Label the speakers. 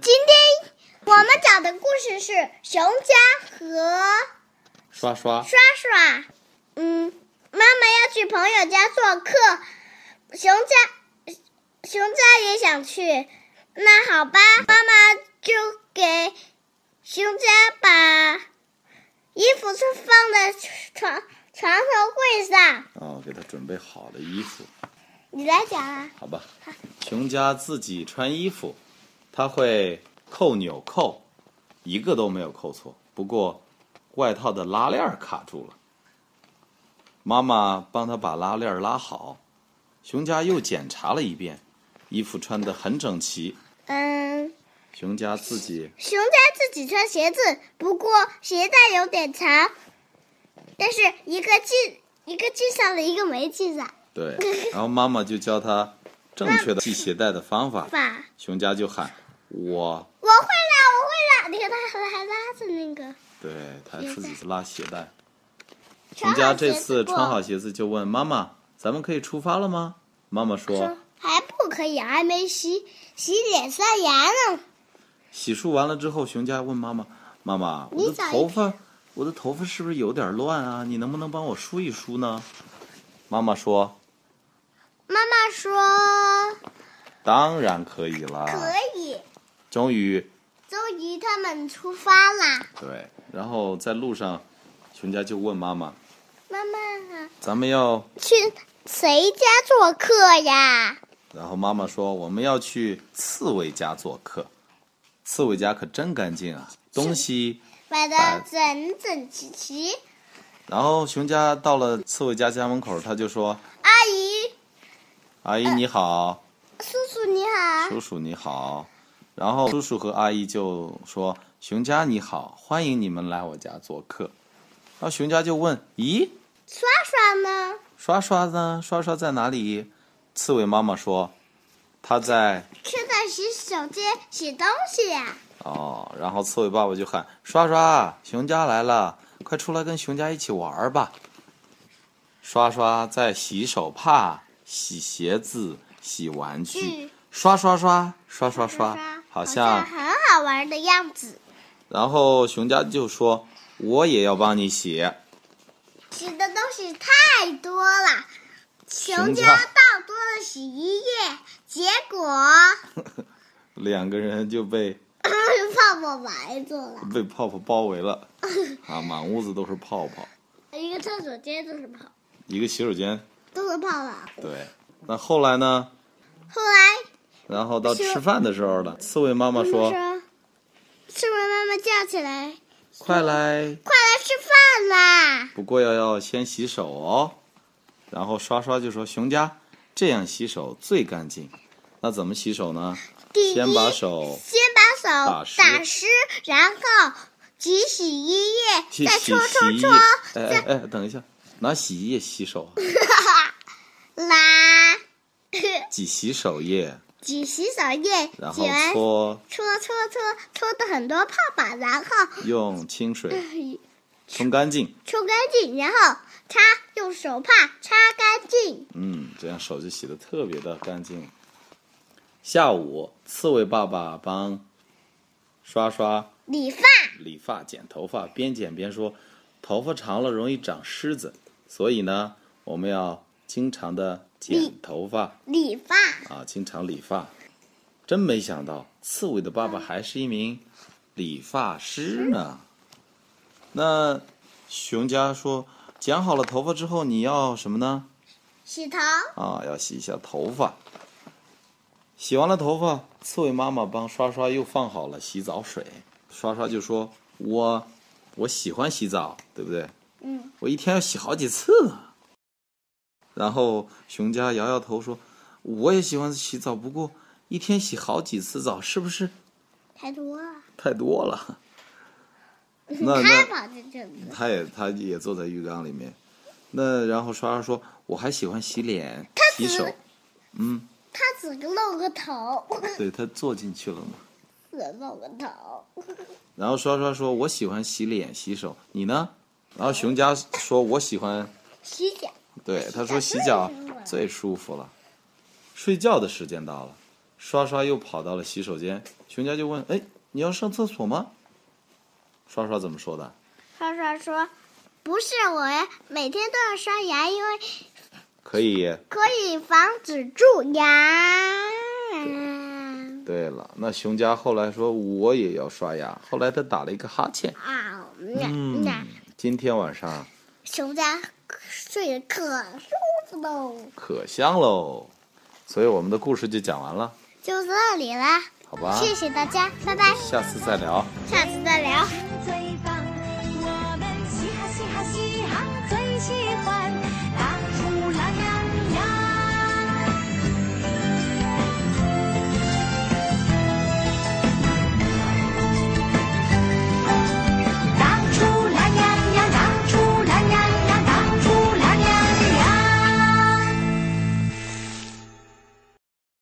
Speaker 1: 今天我们讲的故事是熊家和
Speaker 2: 刷刷
Speaker 1: 刷刷。嗯，妈妈要去朋友家做客，熊家熊家也想去。那好吧，妈妈就给熊家把衣服是放在床床头柜上。
Speaker 2: 哦，给他准备好了衣服，
Speaker 1: 你来讲啊。
Speaker 2: 好吧？熊家自己穿衣服，他会扣纽扣，一个都没有扣错。不过，外套的拉链儿卡住了。妈妈帮他把拉链儿拉好，熊家又检查了一遍，衣服穿得很整齐。
Speaker 1: 嗯，
Speaker 2: 熊家自己
Speaker 1: 熊家自己穿鞋子，不过鞋带有点长，但是一个系一个系上了，一个没系上。
Speaker 2: 对，然后妈妈就教他正确的系鞋带的方法。
Speaker 1: 爸，
Speaker 2: 熊家就喊我，
Speaker 1: 我会啦，我会啦！你看他还还拉着那个。
Speaker 2: 对他自己拉鞋带。
Speaker 1: 全
Speaker 2: 熊家这次穿好鞋子就问妈妈：“咱们可以出发了吗？”妈妈说
Speaker 1: 说还不可以，还没洗洗脸刷牙呢。：“
Speaker 2: 洗漱完了之后。”熊家问妈妈：“妈妈，
Speaker 1: 你
Speaker 2: 我的
Speaker 1: 咋
Speaker 2: 头发，我的头发是不是有点乱啊？你能不能帮我梳一梳呢？”妈妈说
Speaker 1: 妈妈说：“
Speaker 2: 当然可以啦。
Speaker 1: 可以。”
Speaker 2: 终于，
Speaker 1: 终于他们出发啦！
Speaker 2: 对，然后在路上，熊家就问妈妈
Speaker 1: 妈妈：“
Speaker 2: 咱们要
Speaker 1: 去谁家做客呀？
Speaker 2: 然后妈妈说我们要去刺猬家做客，刺猬家可真干净啊，东西。
Speaker 1: 摆的
Speaker 2: 摆
Speaker 1: 整整齐齐。
Speaker 2: 然后熊家到了刺猬家家门口，他就说
Speaker 1: 阿姨，：“
Speaker 2: 阿姨你好，
Speaker 1: 叔叔你好，
Speaker 2: 叔叔你好。”然后叔叔和阿姨就说：“熊家你好，欢迎你们来我家做客。”然后熊家就问：“咦，
Speaker 1: 刷刷呢？
Speaker 2: 刷刷呢？刷刷在哪里？”刺猬妈妈说：“他在
Speaker 1: 正在洗手间洗东西啊呀、
Speaker 2: 哦，然后刺猬爸爸就喊：“刷刷，熊家来了，快出来跟熊家一起玩儿吧！”刷刷在洗手帕、洗鞋子、洗玩具
Speaker 1: 嗯，
Speaker 2: 刷刷刷，刷刷刷，啊好像。
Speaker 1: 很好玩的样子。
Speaker 2: 然后熊家就说：“我也要帮你洗。
Speaker 1: 洗的东西太多了，熊
Speaker 2: 熊
Speaker 1: 家
Speaker 2: 家
Speaker 1: 倒多了洗衣液，结果”
Speaker 2: 两个人就被
Speaker 1: 泡泡白做了，
Speaker 2: 被泡泡包围 了，啊，满屋子都是泡泡。
Speaker 1: 一个厕所间都是泡，
Speaker 2: 一个洗手间，
Speaker 1: 都是泡泡。
Speaker 2: 对。那后来呢？
Speaker 1: 后来
Speaker 2: 然后到
Speaker 1: 是
Speaker 2: 吃饭的时候了，嗯刺猬妈妈说：“
Speaker 1: 是不是妈妈叫起来，
Speaker 2: 快来
Speaker 1: 快来吃饭啦！
Speaker 2: 不过要要先洗手哦。然后刷刷就说：“熊家，这样洗手最干净。那怎么洗手呢？
Speaker 1: 第一，
Speaker 2: 先把手
Speaker 1: 先把手
Speaker 2: 打湿
Speaker 1: 打湿，然后挤洗衣
Speaker 2: 去
Speaker 1: 液，再
Speaker 2: 洗
Speaker 1: 搓
Speaker 2: 洗
Speaker 1: 搓
Speaker 2: 衣
Speaker 1: 搓
Speaker 2: 液，。哎哎哎，等一下，拿洗衣液洗手啊，
Speaker 1: 啦，
Speaker 2: 挤洗手液，
Speaker 1: 挤洗手液，
Speaker 2: 然
Speaker 1: 挤
Speaker 2: 后
Speaker 1: 完
Speaker 2: 搓，
Speaker 1: 搓搓搓搓的很多泡泡，然后
Speaker 2: 用清水
Speaker 1: 嗯
Speaker 2: 冲干净。
Speaker 1: 搓干净，然后擦用手帕擦干净。
Speaker 2: 嗯，这样手就洗得特别的干净。下午，刺猬爸爸帮刷刷
Speaker 1: 理发，
Speaker 2: 理发、剪头发，边剪边说，头发长了容易长虱子，所以呢，我们要经常的
Speaker 1: 理
Speaker 2: 剪头发
Speaker 1: 理发，
Speaker 2: 啊，经常理发。真没想到，刺猬的爸爸还是一名理发师呢。那熊家说，剪好了头发之后，你要什么呢？
Speaker 1: 洗头，
Speaker 2: 啊，要洗一下头发。洗完了头发，刺猬妈妈帮刷刷又放好了洗澡水。刷刷就说：“我，我喜欢洗澡，对不对？
Speaker 1: 嗯，
Speaker 2: 我一天要洗好几次呢。”然后熊家摇摇头说：“我也喜欢洗澡，不过一天洗好几次澡是不是
Speaker 1: 太多了。
Speaker 2: 太多了？” 那
Speaker 1: 他
Speaker 2: 那
Speaker 1: 跑在这里，
Speaker 2: 他也他也坐在浴缸里面。那然后刷刷说：“我还喜欢洗脸、洗
Speaker 1: 只
Speaker 2: 手。”嗯。
Speaker 1: 他只露个头。
Speaker 2: 对他坐进去了嘛。
Speaker 1: 死弄个头。
Speaker 2: 然后刷刷说：“我喜欢洗脸、洗手，你呢？”然后熊家说：“我喜欢。
Speaker 1: 洗脚，”
Speaker 2: 对，他说洗脚最舒服了。睡觉的时间到了，刷刷又跑到了洗手间。熊家就问：“哎，你要上厕所吗？”刷刷怎么说的？
Speaker 1: 刷刷说：“不是我呀，每天都要刷牙，因为
Speaker 2: 可以。
Speaker 1: 可以防止蛀牙。”啊嗯
Speaker 2: 对了，那熊家后来说我也要刷牙，后来他打了一个哈欠。
Speaker 1: 啊，那
Speaker 2: 嗯
Speaker 1: 那，
Speaker 2: 今天晚上
Speaker 1: 熊家睡得可舒服哦喽，
Speaker 2: 可香喽，所以我们的故事就讲完了，
Speaker 1: 就这里啦，
Speaker 2: 好吧？
Speaker 1: 谢谢大家，拜拜，
Speaker 2: 下次再聊。
Speaker 1: 下次再聊。
Speaker 3: 最棒，我们嘻哈嘻哈嘻哈最喜欢。